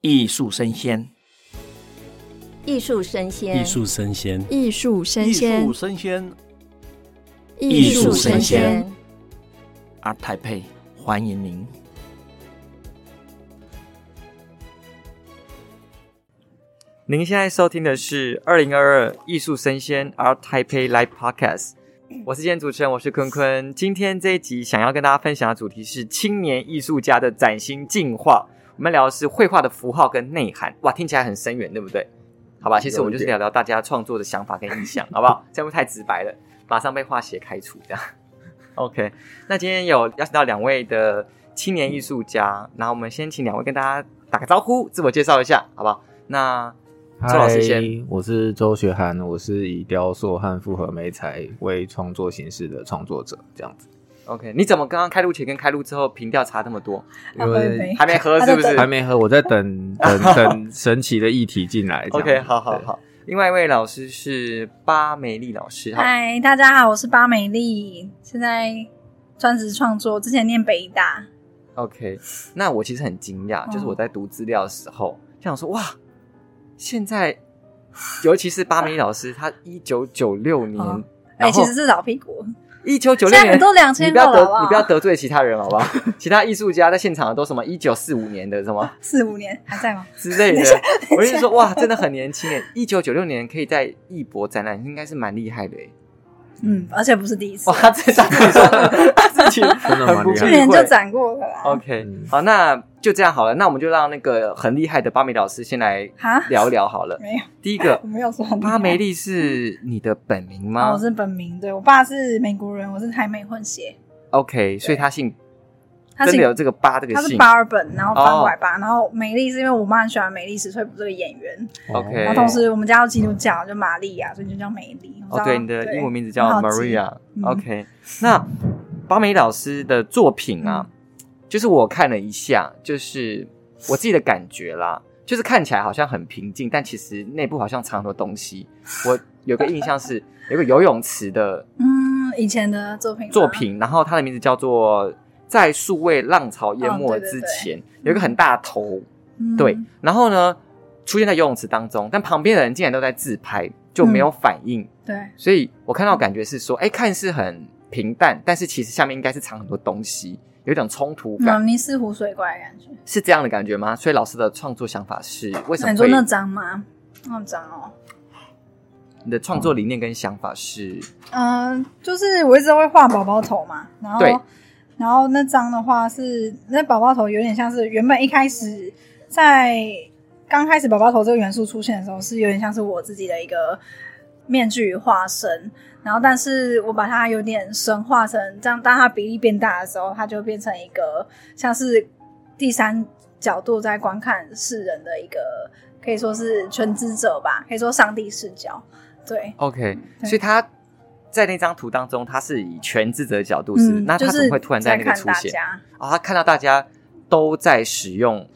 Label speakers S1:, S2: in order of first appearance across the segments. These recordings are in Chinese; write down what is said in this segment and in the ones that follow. S1: 艺术生鲜，
S2: 艺术生鲜
S3: 艺，术生鲜，
S4: 艺术生鲜，
S1: 生鲜
S4: 艺
S1: 术生鲜
S4: 生鲜。
S1: 啊，台配欢迎您。
S5: 您现在收听的是二零二二艺术生鲜 Art Taipei Live Podcast，我是今天主持人，我是坤坤。今天这一集想要跟大家分享的主题是青年艺术家的崭新进化。我们聊的是绘画的符号跟内涵，哇，听起来很深远，对不对？好吧，其实我们就是聊聊大家创作的想法跟意向，好不好？这样会不会太直白了，马上被画协开除这样。OK，那今天有邀请到两位的青年艺术家，然后我们先请两位跟大家打个招呼，自我介绍一下，好不好？那周老师先，
S6: 嗨，我是周学涵，我是以雕塑和复合媒材为创作形式的创作者，这样子。
S5: OK，你怎么刚刚开录前跟开录之后频调差那么多？
S6: 因为
S5: 还没喝是不是？
S6: 还没喝，我 在等等等神奇的议题进来。这样
S5: OK，
S6: 子
S5: 好好
S6: 对
S5: 好。另外一位老师是巴美丽老师，好，
S7: 嗨，大家好，我是巴美丽，现在专职创作，之前念北大，
S5: OK，那我其实很惊
S7: 嗯
S5: 讶，就是我在读资料的时候，就想说哇，现在尤其是巴美老师，他一九九六年
S7: 哦，哎、
S5: 然
S7: 其
S5: 后
S7: 实是老屁股，
S5: 一九九
S7: 现
S5: 六
S7: 在
S5: 年
S7: 很多两千
S5: 你
S7: 后
S5: 不要
S7: 了，好
S5: 得你不要得罪其他人好不好？ 其他艺术家在现场的都什么一九四五年的什么
S7: 四 五年还在吗？
S5: 之类的
S7: 等一下，
S5: 我就说哇，真的很年轻诶，一九九六年可以在艺博展览，应该是蛮厉害的诶。
S7: 嗯，而且不是第一次
S5: 哇，，他自己他自己说他自己
S6: 真的蛮厉害的
S5: 很
S7: 去
S5: 不避
S7: 年就
S5: 讳
S7: 展过了啦。
S5: OK，、
S6: 嗯
S5: 好，那就这样好了。那我们就让那个很厉害的巴美老师先来
S7: 哈
S5: 聊聊好 了。
S7: 没有，
S5: 第一个
S7: 啊我，没有说很厉害
S5: 巴梅丽是你的本名吗？
S7: 哦我是本名，对我爸是美国人，我是台美混血，
S5: OK，所以他姓
S7: 他
S5: 真
S7: 是
S5: 的有这个巴这个
S7: 他是
S5: 姓。
S7: 巴尔本，然后翻过来
S5: 哦
S7: 吧，然后美丽是因为我妈很喜欢美丽史翠普这个演员，
S6: 哦
S5: OK，
S7: 然后同时我们家有基督教，就玛利亚，所以就叫美丽。我
S5: 哦，
S7: 知道
S5: 对，你的英文名字叫
S7: 很好记
S5: Maria
S7: 嗯。
S5: OK，那巴美老师的作品啊，
S7: 嗯
S5: 就是我看了一下，就是我自己的感觉啦，就是看起来好像很平静，但其实内部好像藏很多东西。我有个印象是有个游泳池的
S7: 嗯，以前的作品吗
S5: 作品，然后它的名字叫做。在数位浪潮淹
S7: 哦
S5: 没
S7: 对对
S5: 之
S7: 对
S5: 前，有一个很大的头，
S7: 嗯
S5: 对，然后呢，出现在游泳池当中，但旁边的人竟然都在自拍，就没有反应，
S7: 对，
S5: 所以我看到感觉是说，哎，看似很平淡，但是其实下面应该是藏很多东西，有一种冲突
S7: 马
S5: 感，
S7: 尼斯湖水怪的感觉。
S5: 是这样的感觉吗？所以老师的创作想法是为什
S7: 那
S5: 么
S7: 你说
S5: 会？
S7: 那张吗？那张哦，
S5: 你的创作理念跟想法是
S7: 嗯、就是我一直都会画宝宝头嘛，然后
S5: 对
S7: 然后那张的话是那宝宝头有点像是原本一开始在刚开始宝宝头这个元素出现的时候，是有点像是我自己的一个面具与化身，然后但是我把它有点神化成这样，当它比例变大的时候，它就变成一个像是第三角度在观看世人的一个，可以说是全知者吧，可以说上帝视角。对，
S5: OK，
S7: 嗯对
S5: 所以他在那张图当中，他是以全智者的角度是不是，那他
S7: 嗯就
S5: 怎么
S7: 是
S5: 会突然在
S7: 在
S5: 那个
S7: 看
S5: 出
S7: 大
S5: 现
S7: 家
S5: 啊、他看到大家都在使用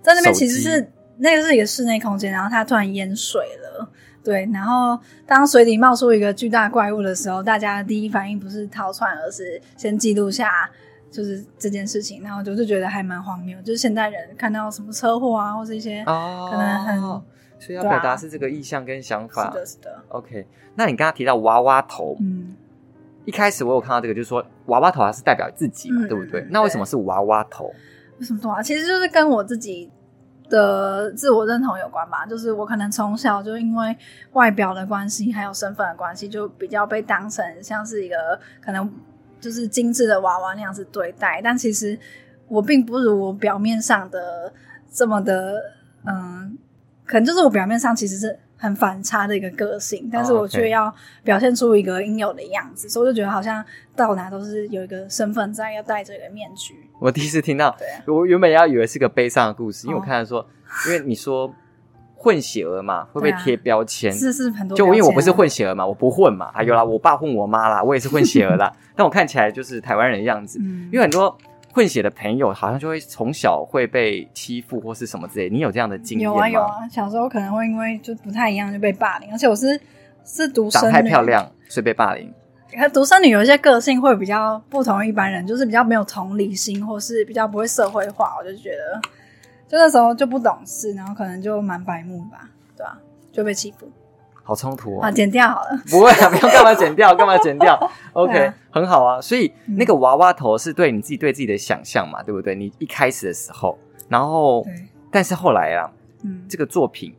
S7: 在那边
S5: 手
S7: 其实
S5: 机
S7: 是那个是一个室内空间，然后它突然淹水了，对，然后当水里冒出一个巨大怪物的时候，大家的第一反应不是逃窜，而是先记录下就是这件事情，然后就是觉得还蛮荒谬，就是现代人看到什么车祸啊，或是一些、
S5: 哦，
S7: 可能很
S5: 所以要
S7: 对
S5: 表
S7: 啊
S5: 达是这个意向跟想法。
S7: 是的，是的，
S5: OK，那你刚刚提到娃娃头，
S7: 嗯，
S5: 一开始我有看到这个，就是说娃娃头它是代表自己嘛，
S7: 嗯
S5: 对不对
S7: 嗯？
S5: 那为什么是娃娃头？
S7: 为什么动画？其实就是跟我自己的自我认同有关吧。就是我可能从小就因为外表的关系，还有身份的关系，就比较被当成像是一个可能就是精致的娃娃那样子对待。但其实我并不如我表面上的这么的，嗯，可能就是我表面上其实是。很反差的一个个性，但是
S5: 哦
S7: 我却
S5: OK
S7: 要表现出一个应有的样子所以我就觉得好像到哪都是有一个身份在，要戴着一个面具。
S5: 我第一次听到
S7: 对啊，
S5: 我原本要以为是个悲伤的故事，因为我
S7: 哦
S5: 看到说，因为你说混血儿嘛，会被
S7: 对啊
S5: 贴标签，
S7: 是是很多
S5: 就
S7: 标签啊，
S5: 因为我不是混血儿嘛，我不混嘛，啊有啦，我爸混我妈啦，我也是混血 儿啦，但我看起来就是台湾人的样子，
S7: 嗯，
S5: 因为很多混血的朋友好像就会从小会被欺负或是什么之类，你有这样的经验
S7: 有
S5: 吗？
S7: 啊有啊，小时候可能会因为就不太一样就被霸凌，而且我是是独生
S5: 长
S7: 女，
S5: 太漂，亮，所以被霸凌。
S7: 独生女有一些个性会比较不同于一般人，就是比较没有同理心，或是比较不会社会化，我就觉得。就那时候就不懂事，然后可能就蛮白目吧，对吧、就被欺负
S5: 好冲突
S7: 啊，
S5: 哦。
S7: 剪掉好了。
S5: 不会啊，不要干嘛剪掉，干嘛剪掉
S7: 对
S5: ？OK，
S7: 啊
S5: 很好啊。所以
S7: 嗯
S5: 那个娃娃头是对你自己对自己的想象嘛，对不对？你一开始的时候，然后
S7: 对，
S5: 但是后来啊，
S7: 嗯，
S5: 这个作品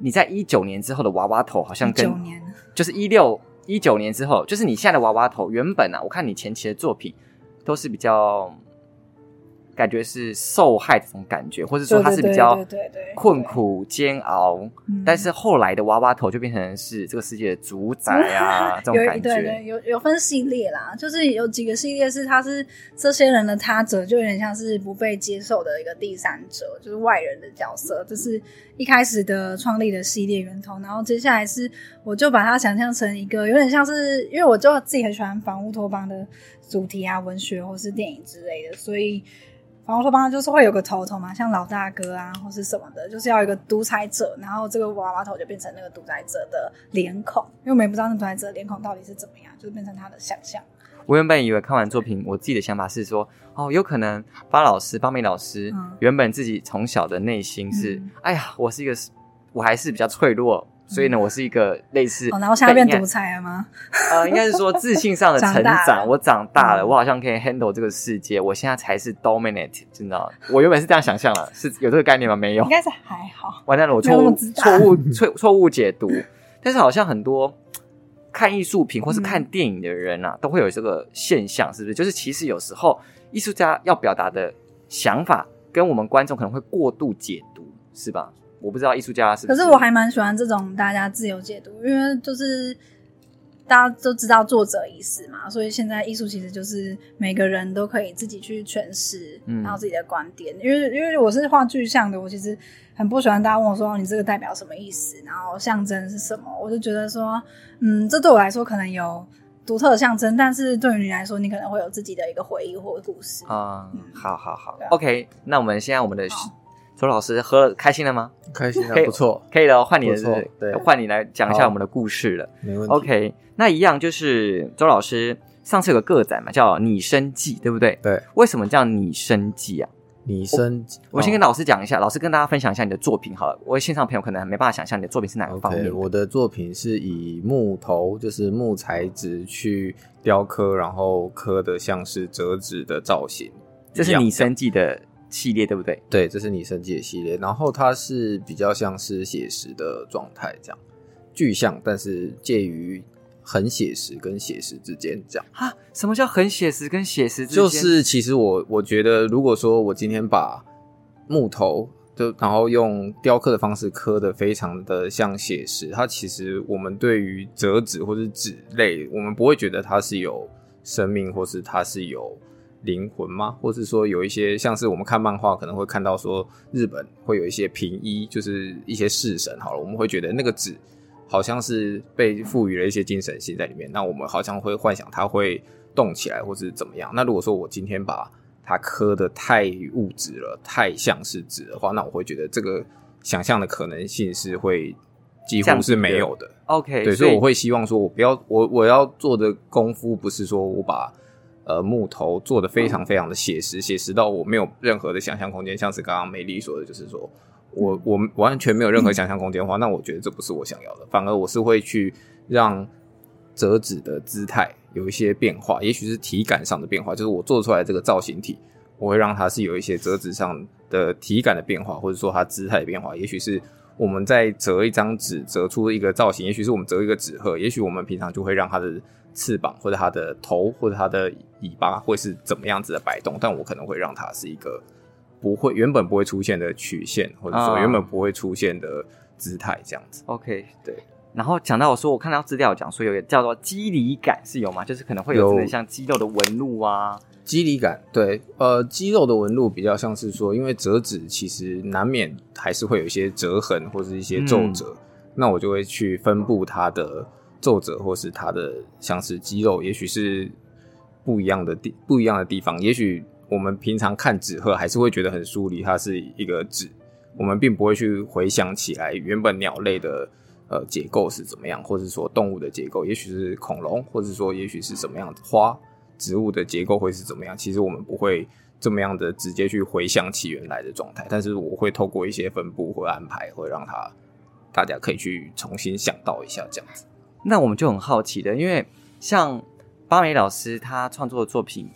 S5: 你在一九年之后的娃娃头好像跟
S7: 九年，
S5: 就是一六一九年之后，就是你现在的娃娃头，原本啊，我看你前期的作品都是比较感觉是受害这种感觉，或者说它是比较
S7: 对对对对对对
S5: 困苦煎熬，
S7: 嗯
S5: 但是后来的娃娃头就变成是这个世界的主宰 啊，这
S7: 有
S5: 种感
S7: 一对对，
S5: 觉。
S7: 有有分系列啦，就是有几个系列是他是这些人的他者，就有点像是不被接受的一个第三者，就是外人的角色。这是一开始的创立的系列源头，然后接下来是我就把它想象成一个有点像是，因为我就自己很喜欢反乌托邦的主题啊、文学或是电影之类的，所以。反乌托邦就是会有个头头嘛，像老大哥啊，或是什么的，就是要有一个独裁者，然后这个娃娃头就变成那个独裁者的脸孔，因为我们也不知道那独裁者的脸孔到底是怎么样，就是变成他的想象。
S5: 我原本以为看完作品，我自己的想法是说，哦，有可能巴老师、巴美老师
S7: 嗯
S5: 原本自己从小的内心是，
S7: 嗯
S5: 哎呀，我是一个，我还是比较脆弱。所以呢，我是一个类似
S7: 哦，然后现在变
S5: 被压
S7: 独裁了吗？
S5: 呃，应该是说自信上的成
S7: 长大了
S5: 长，我长大了，
S7: 嗯
S5: 我好像可以 handle 这个世界，我现在才是 dominate，你知道？我原本是这样想象了，是有这个概念吗？没有
S7: 应，该是还好。
S5: 完蛋了，我
S7: 没有
S5: 错
S7: 那
S5: 误
S7: 么自大
S5: 错 误错错误解读。但是好像很多看艺术品
S7: 嗯
S5: 或是看电影的人啊，都会有这个现象，是不是？就是其实有时候艺术家要表达的想法，跟我们观众可能会过度解读，是吧？我不知道艺术家是不
S7: 可
S5: 是，
S7: 是我还蛮喜欢这种大家自由解读，因为就是大家都知道作者已死嘛，所以现在艺术其实就是每个人都可以自己去诠释，
S5: 嗯
S7: 然后自己的观点。因为因为我是画具象的，我其实很不喜欢大家问我说哦你这个代表什么意思，然后象征是什么，我就觉得说，嗯，这对我来说可能有独特的象征，但是对于你来说，你可能会有自己的一个回忆或故事。
S5: 啊、
S7: 嗯
S5: 好好好
S7: 对啊
S5: ，OK，那我们现在我们的
S7: 好
S5: 周老师喝了开心了吗？
S6: 开心啊
S5: 可，以
S6: 不错，
S5: 可以了，换你的
S6: 不错
S5: 是不是
S6: 对
S5: 换你来讲一下
S6: 好
S5: 我们的故事了。
S6: 没问题。
S5: OK，那一样就是周老师上次有个个展嘛，叫《拟声记》，对不对？
S6: 对，
S5: 为什么叫拟声记啊？
S6: 拟声，
S5: 我先跟
S6: 大
S5: 老师讲一下，老师跟大家分享一下你的作品好了。我现场朋友可能还没办法想象你的作品是哪个方面
S6: OK，
S5: 的。
S6: 我的作品是以木头，就是木材质去雕刻，然后刻的像是折纸的造型。
S5: 这
S6: 一
S5: 是
S6: 样
S5: 拟声记的系列，对不对？
S6: 对，这是拟声记的系列，然后它是比较像是写实的状态，这样具象，但是介于很写实跟写实之间，这样。
S5: 啊，什么叫很写实跟写实之间？
S6: 就是其实我我觉得，如果说我今天把木头就然后用雕刻的方式刻的非常的像写实，它其实我们对于折纸或是纸类，我们不会觉得它是有生命，或是它是有灵魂吗？或是说有一些像是我们看漫画可能会看到说日本会有一些平一，就是一些式神好了，我们会觉得那个纸好像是被赋予了一些精神性在里面，那我们好像会幻想它会动起来或是怎么样。那如果说我今天把它刻的太物质了，太像是纸的话，那我会觉得这个想象的可能性是会几乎是没有的。
S5: OK，
S6: 对，所以我会希望说，我不要我我要做的功夫不是说我把呃木头做的非常非常的写实，写实到我没有任何的想象空间，像是刚刚美丽说的，就是说我我完全没有任何想象空间的话，那我觉得这不是我想要的，反而我是会去让折纸的姿态有一些变化，也许是体感上的变化，就是我做出来这个造型体，我会让它是有一些折纸上的体感的变化，或者说它姿态的变化，也许是我们在折一张纸折出一个造型，也许是我们折一个纸鹤，也许我们平常就会让它的翅膀或者它的头或者它的尾巴会是怎么样子的摆动，但我可能会让它是一个不会原本不会出现的曲线，或者说
S5: 啊
S6: 原本不会出现的姿态这样子。
S5: OK
S6: 对。
S5: 然后讲到我说，我看到资料讲说有一个叫做肌理感是有吗？就是可能会有
S6: 有
S5: 真的像肌肉的纹路啊，
S6: 肌理感，对，呃，肌肉的纹路比较像是说，因为折纸其实难免还是会有一些折痕或是一些皱褶，那我就会去分布它的皱褶或是它的像是肌肉，也许是不一样的地不一样的地方，也许我们平常看纸鹤还是会觉得很疏离，它是一个纸，我们并不会去回想起来原本鸟类的呃结构是怎么样，或者说动物的结构，也许是恐龙，或者说也许是什么样的花，植物的结构会是怎么样。其实我们不会这么样的直接去回想起原来的状态，但是我会透过一些分布或安排，会让它大家可以去重新想到一下这样子。
S5: 那我们就很好奇的，因为像巴梅老师他创作的作品，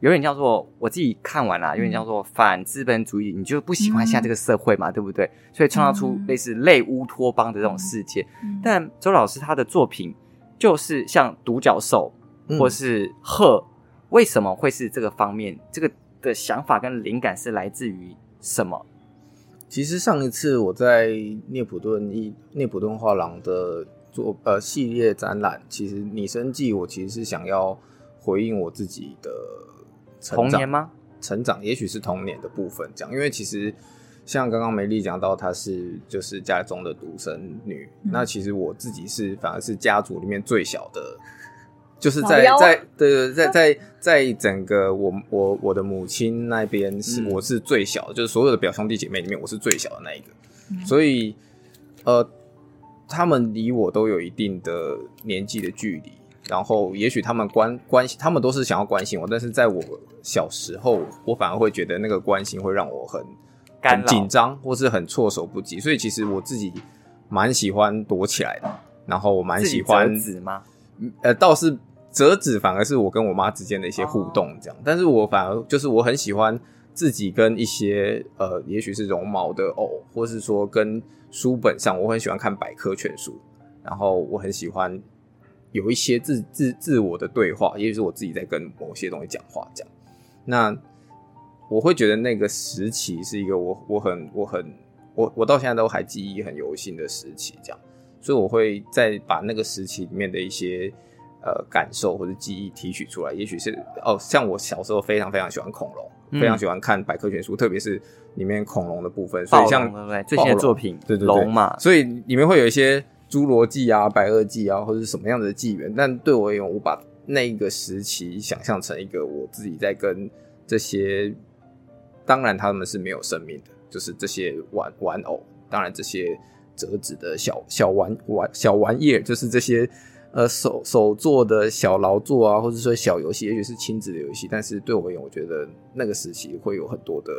S5: 有点叫做我自己看完了，有点叫做反资本主义，你就不喜欢现在这个社会嘛，对不对？所以创造出类似类乌托邦的这种世界。
S7: 嗯
S5: 但周老师他的作品就是像独角兽
S6: 嗯
S5: 或是鹤，为什么会是这个方面？这个的想法跟灵感是来自于什么？
S6: 其实上一次我在涅普顿一涅普顿画廊的做呃系列展览，其实《拟生记》我其实是想要回应我自己的成
S5: 童
S6: 长
S5: 年吗？
S6: 成长，也许是童年的部分这样，因为其实像刚刚梅丽讲到，她是就是家中的独生女，
S7: 嗯
S6: 那其实我自己是反而是家族里面最小的，就是
S7: 老
S6: 在
S7: 幺啊
S6: 在对对在在在整个我我我的母亲那边是、
S5: 嗯
S6: 我是最小的，就是所有的表兄弟姐妹里面我是最小的那一个，
S7: 嗯
S6: 所以呃，他们离我都有一定的年纪的距离，然后也许他们关关心，他们都是想要关心我，但是在我小时候，我反而会觉得那个关心会让我很
S5: 干
S6: 很
S5: 扰
S6: 紧张，或是很措手不及，所以其实我自己蛮喜欢躲起来的，然后我蛮
S5: 自己
S6: 喜欢
S5: 折纸吗？
S6: 呃，倒是折纸反而是我跟我妈之间的一些互动这样，但是我反而就是我很喜欢自己跟一些呃，也许是绒毛的偶，或是说跟书本上，我很喜欢看百科全书，然后我很喜欢有一些自自自我的对话，也许是我自己在跟某些东西讲话这样。那我会觉得那个时期是一个我我很我很我我到现在都还记忆很犹新的时期这样。所以我会再把那个时期里面的一些呃感受或者记忆提取出来，也许是哦，像我小时候非常非常喜欢恐龙，
S5: 嗯
S6: 非常喜欢看百科全书，特别是里面恐龙的部分，所
S5: 暴
S6: 以像
S5: 龙对不对？最新的
S6: 暴龙
S5: 作品，
S6: 对对对
S5: 龙嘛，
S6: 所以里面会有一些侏罗纪啊、白垩纪啊，或者是什么样的纪元。但对我而言，我把那个时期想象成一个我自己在跟这些，当然他们是没有生命的，就是这些玩玩偶，当然这些折纸的小小玩玩小玩意儿，就是这些。呃，手手做的小劳作啊，或者说小游戏，也许是亲子的游戏，但是对我而言，我觉得那个时期会有很多的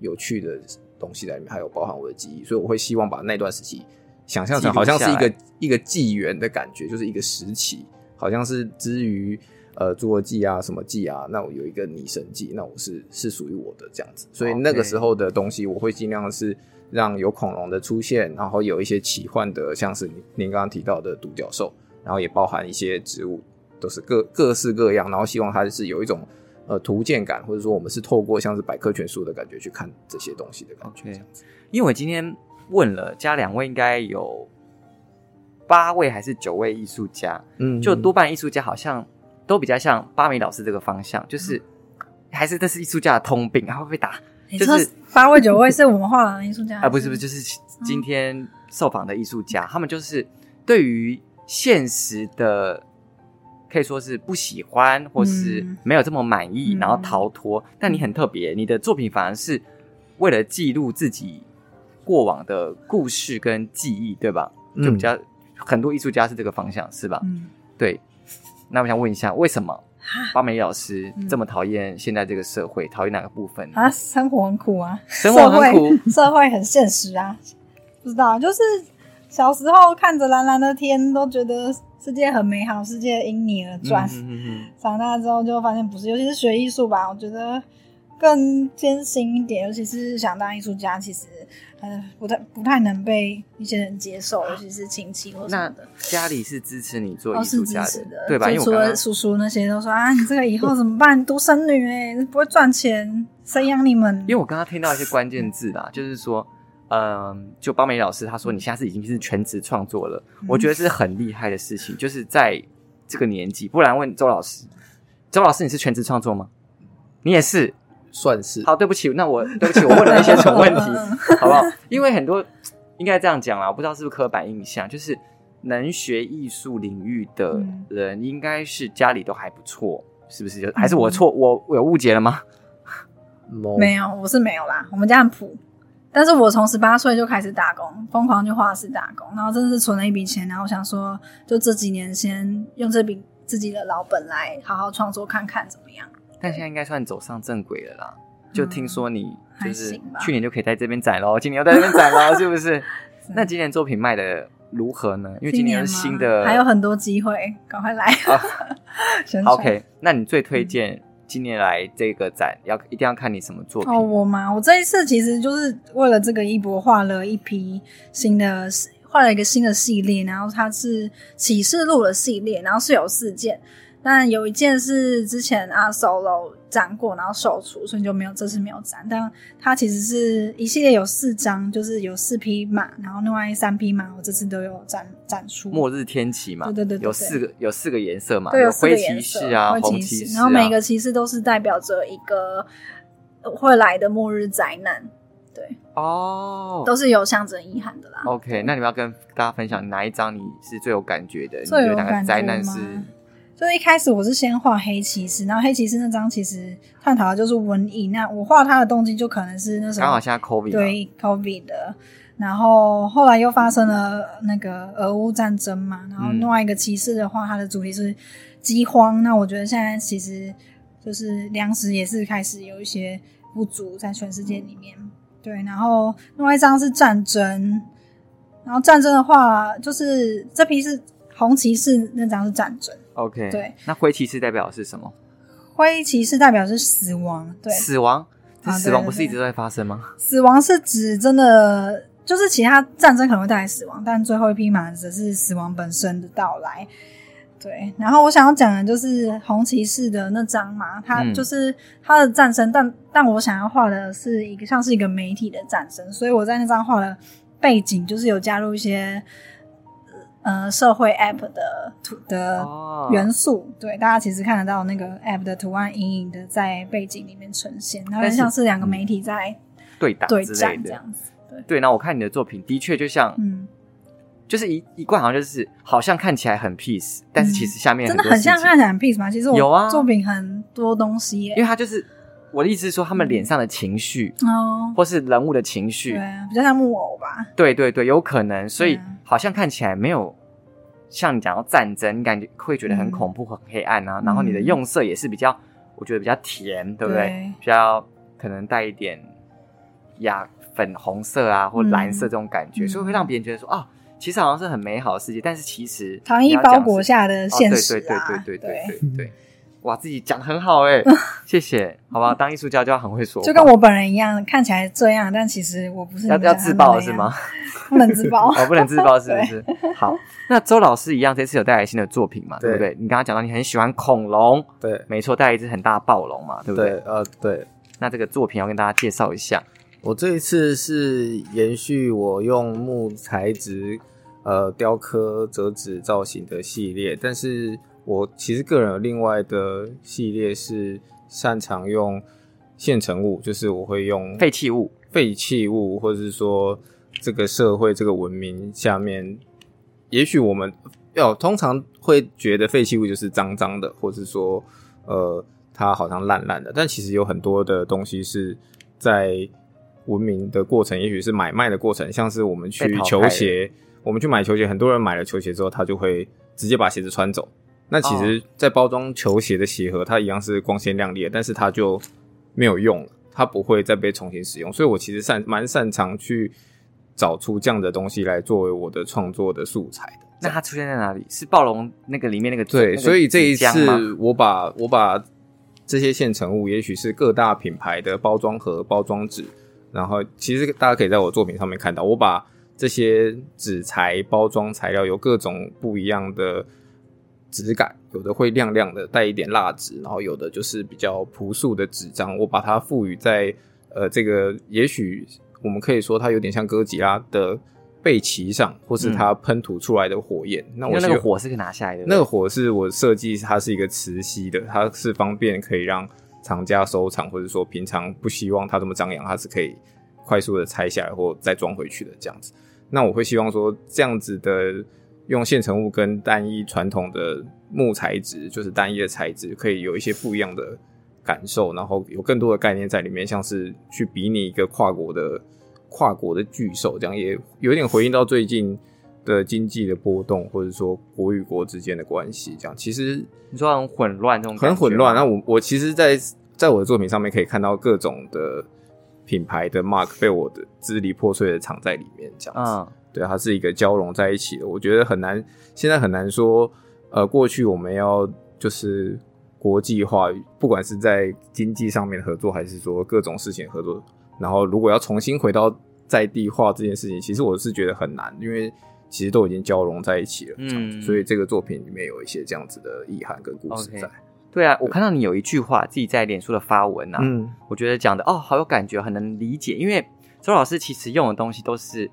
S6: 有趣的东西在里面，还有包含我的记忆，所以我会希望把那段时期想象成好像是一
S5: 记录
S6: 个一个纪元的感觉，就是一个时期，好像是之于呃侏罗纪啊什么纪啊，那我有一个拟神纪，那我是是属于我的这样子，所以那
S5: 哦
S6: 个
S5: OK
S6: 时候的东西，我会尽量是让有恐龙的出现，然后有一些奇幻的，像是您您刚刚提到的独角兽，然后也包含一些植物，都是各各式各样，然后希望它是有一种呃图鉴感，或者说我们是透过像是百科全书的感觉去看这些东西的感觉。
S5: OK 因为我今天问了，加两位应该有八位还是九位艺术家，
S6: 嗯
S5: 就多半艺术家好像都比较像巴美老师这个方向，
S6: 嗯
S5: 就是还是这是艺术家的通病，他会被打。
S7: 你
S5: 就
S7: 说
S5: 是
S7: 八位九位是我们画廊的艺术家
S5: 啊，不是不是，
S7: 嗯
S5: 就是今天受访的艺术家，他们就是对于现实的可以说是不喜欢，或是
S7: 嗯
S5: 没有这么满意，
S7: 嗯
S5: 然后逃脱。但你很特别，你的作品反而是为了记录自己过往的故事跟记忆，对吧？就比较、很多艺术家是这个方向，是吧？
S7: 嗯，
S5: 对。那我想问一下，为什么巴美老师
S7: 嗯
S5: 这么讨厌现在这个社会？讨厌哪个部分呢？
S7: 啊，生活很苦啊，
S5: 生活很苦
S7: 社会， 社会很现实啊。不知道，就是小时候看着蓝蓝的天，都觉得世界很美好，世界因你而转。
S5: 嗯嗯嗯
S7: 长大之后就发现不是，尤其是学艺术吧，我觉得更艰辛一点。尤其是想当艺术家，其实呃不太不太能被一些人接受，
S5: 啊
S7: 尤其是亲戚哦或什么
S5: 那
S7: 的。
S5: 家里是支持你做
S7: 都
S5: 艺
S7: 是
S5: 术
S7: 支
S5: 家
S7: 持的，
S5: 对吧？因
S7: 就
S5: 为
S7: 除
S5: 我刚
S7: 了
S5: 刚
S7: 叔叔那些都说啊，你这个以后怎么办？独生女哎、不会赚钱，谁养你们？
S5: 因为我刚刚听到一些关键字啦，就是说，嗯，就邦美老师他说你现在是已经是全职创作了，
S7: 嗯
S5: 我觉得这是很厉害的事情，就是在这个年纪。不然问周老师，周老师你是全职创作吗？你也是，
S6: 算是
S5: 好，对不起，那我对不起，我问了一些蠢问题， 好不好？因为很多应该这样讲啦，我不知道是不是刻板印象，就是能学艺术领域的人，应该是家里都还不错，是不是？就还是我
S7: 嗯
S5: 错，我我有误解了吗？
S6: 某
S7: 没有，我是没有啦，我们家很普。但是我从十八岁就开始打工，疯狂去画室打工，然后真的是存了一笔钱，然后想说，就这几年先用这笔自己的老本来好好创作看看怎么样。
S5: 但现在应该算走上正轨了啦。就听说你就
S7: 还
S5: 是
S7: 行吧嗯
S5: 去年就可以在这边展喽，今年又在这边展喽，是不 是？
S7: 是
S5: 那今年作品卖的如何呢？因为
S7: 今
S5: 年
S7: 吗
S5: 是新的，
S7: 还有很多机会，赶快来！
S5: 啊
S7: 宣传
S5: OK，那你最
S7: 嗯
S5: 推荐今年来这个展，要一定要看你什么作品？
S7: 哦，我嘛，我这一次其实就是为了这个一博画了一批新的，画了一个新的系列，然后它是启示录的系列，然后是有四件，但有一件是之前阿 solo 展过，然后售出，所以就没有这次没有展。但它其实是一系列有四张，就是有四匹马，然后另外三匹马我这次都有展展出。
S5: 末日天启嘛，
S7: 对对对对
S5: 有四个有四个颜色嘛，
S7: 对，有四
S5: 灰
S7: 个
S5: 骑
S7: 颜色
S5: 士啊，
S7: 灰
S5: 红
S7: 骑
S5: 骑
S7: 士
S5: 士啊，
S7: 然后每个骑士都是代表着一个呃会来的末日灾难，
S5: 哦
S7: 都是有象征意涵的啦。
S5: OK，那你们要跟大家分享哪一张你是最有感觉的？
S7: 最有
S5: 你觉得哪
S7: 感
S5: 个
S7: 觉
S5: 灾难
S7: 吗
S5: 是
S7: 就是一开始我是先画黑骑士，然后黑骑士那张其实探讨的就是瘟疫，那我画它的动机就可能是那时候
S5: 刚好现在 COVID 嘛
S7: 对 COVID 的，然后后来又发生了那个俄乌战争嘛，然后
S5: 嗯
S7: 另外一个骑士的话，它的主题是饥荒。那我觉得现在其实就是粮食也是开始有一些不足在全世界里面。对，然后另外一张是战争，然后战争的话，就是这批是红骑士那张是战争，
S5: OK，
S7: 对，
S5: 那灰骑士代表的是什么？
S7: 灰骑士代表是死亡，对，
S5: 死亡。这
S7: 啊
S5: 死
S7: 对
S5: 亡
S7: 对
S5: 不是
S7: 对
S5: 一直都在发生吗？
S7: 死亡是指真的，就是其他战争可能会带来死亡，但最后一匹马只是死亡本身的到来。对，然后我想要讲的就是红骑士的那张嘛，它
S5: 嗯
S7: 就是它的战争，但但我想要画的是一个像是一个媒体的战争，所以我在那张画的背景就是有加入一些呃社会 app 的图的
S5: 哦
S7: 呃元素，对，大家其实看得到那个 app 的图案隐隐的在背景里面呈现，然后
S5: 但是
S7: 像是两个
S5: 嗯
S7: 媒体在
S5: 对打
S7: 对
S5: 之类
S7: 战这
S5: 的。
S7: 样子，
S5: 对，那我看你的作品的确就像，
S7: 嗯，
S5: 就是一一贯好像就是好像看起来很 peace，但是其实下面
S7: 嗯真的
S5: 很多
S7: 很
S5: 事
S7: 像
S5: 情
S7: 看起来很 peace 嘛。其实
S5: 有啊
S7: 我作品很多东西
S5: 因为
S7: 耶，
S5: 他就是我的意思是说，他们脸上的情绪、
S7: 哦，
S5: 或是人物的情绪
S7: 对，，比较像木偶吧，
S5: 对对对，有可能，所以
S7: 对啊
S5: 好像看起来没有像你讲到战争，你感觉会觉得很
S7: 嗯
S5: 恐怖、很黑暗啊。然后你的用色也是比较，我觉得比较甜，对不对？
S7: 对
S5: 比较可能带一点呀粉红色啊或蓝色这种感觉，
S7: 嗯
S5: 所以会让别人觉得说啊，其实好像是很美好的世界，但是其实
S7: 糖
S5: 你
S7: 衣
S5: 要讲
S7: 包裹
S5: 是
S7: 下的
S5: 哦
S7: 现实啊，
S5: 对对对对对对 对。哇，自己讲得很好哎、谢谢，好吧，当艺术家就要很会说话，
S7: 就跟我本人一样，看起来这样，但其实我不是
S5: 要
S7: 你们
S5: 要
S7: 想
S5: 自
S7: 象
S5: 爆
S7: 的那
S5: 是
S7: 样
S5: 吗？？
S7: 不能 自爆，
S5: 哦，不能自爆是不 是？好，那周老师一样，这次有带来新的作品嘛？对不
S6: 对
S5: 对？你刚刚讲到你很喜欢恐龙，
S6: 对
S5: 没错，带来一只很大的暴龙嘛，对不对？
S6: 对，呃，对
S5: 那这个作品要跟大家介绍一下，
S6: 我这一次是延续我用木材质呃雕刻折纸造型的系列，但是我其实个人有另外的系列是擅长用现成物，就是我会用
S5: 废弃物。
S6: 废弃物，或者是说这个社会、这个文明下面，也许我们要通常会觉得废弃物就是脏脏的，或是说呃它好像烂烂的，但其实有很多的东西是在文明的过程，也许是买卖的过程，像是我们
S5: 被
S6: 去
S5: 淘汰
S6: 球鞋，我们去买球鞋，很多人买了球鞋之后，他就会直接把鞋子穿走。那其实，在包装球鞋的鞋盒，它一样是光鲜亮丽的，但是它就没有用了，它不会再被重新使用。所以我其实擅蛮擅长去找出这样的东西来作为我的创作的素材的。
S5: 那它出现在哪里？是暴龙那个里面那个
S6: 对，
S5: 那个
S6: 所以这一
S5: 纸浆吗
S6: 次我把我把这些现成物，也许是各大品牌的包装盒、包装纸，然后其实大家可以在我作品上面看到，我把这些纸材、包装材料有各种不一样的质感，有的会亮亮的，带一点蜡质，然后有的就是比较朴素的纸张，我把它赋予在呃这个，也许我们可以说它有点像哥吉拉的。背鳍上，或是它喷吐出来的火焰，
S5: 嗯
S6: 那
S5: 因
S6: 我
S5: 为那
S6: 希
S5: 个
S6: 望
S5: 火是可以拿下来的，
S6: 那个火是我设计，它是一个磁吸的，它是方便可以让厂家收藏，或者说平常不希望它这么张扬，它是可以快速的拆下来或再装回去的这样子。那我会希望说，这样子的用现成物跟单一传统的木材质，就是单一的材质，可以有一些不一样的感受，然后有更多的概念在里面，像是去比拟一个跨国的跨国的巨兽，这样也有点回应到最近的经济的波动，或者说国与国之间的关系，这样其实
S5: 你说很混乱这种，
S6: 很混
S5: 啊
S6: 乱。那。我我其实在，在我的作品上面可以看到各种的品牌的 mark 被我的支离破碎的藏在里面，这样子。
S5: 嗯，
S6: 对，它是一个交融在一起的。我觉得很难，现在很难说，呃，过去我们要就是国际化，不管是在经济上面的合作，还是说各种事情的合作，然后如果要重新回到在地化这件事情，其实我是觉得很难，因为其实都已经交融在一起了，
S5: 嗯
S6: 这样子所以这个作品里面有一些这样子的意涵跟故事
S5: OK
S6: 在，
S5: 对啊，我看到你有一句话自己在脸书的发文啊，
S6: 嗯，
S5: 我觉得讲的哦，好有感觉，很能理解。因为周老师其实用的东西都是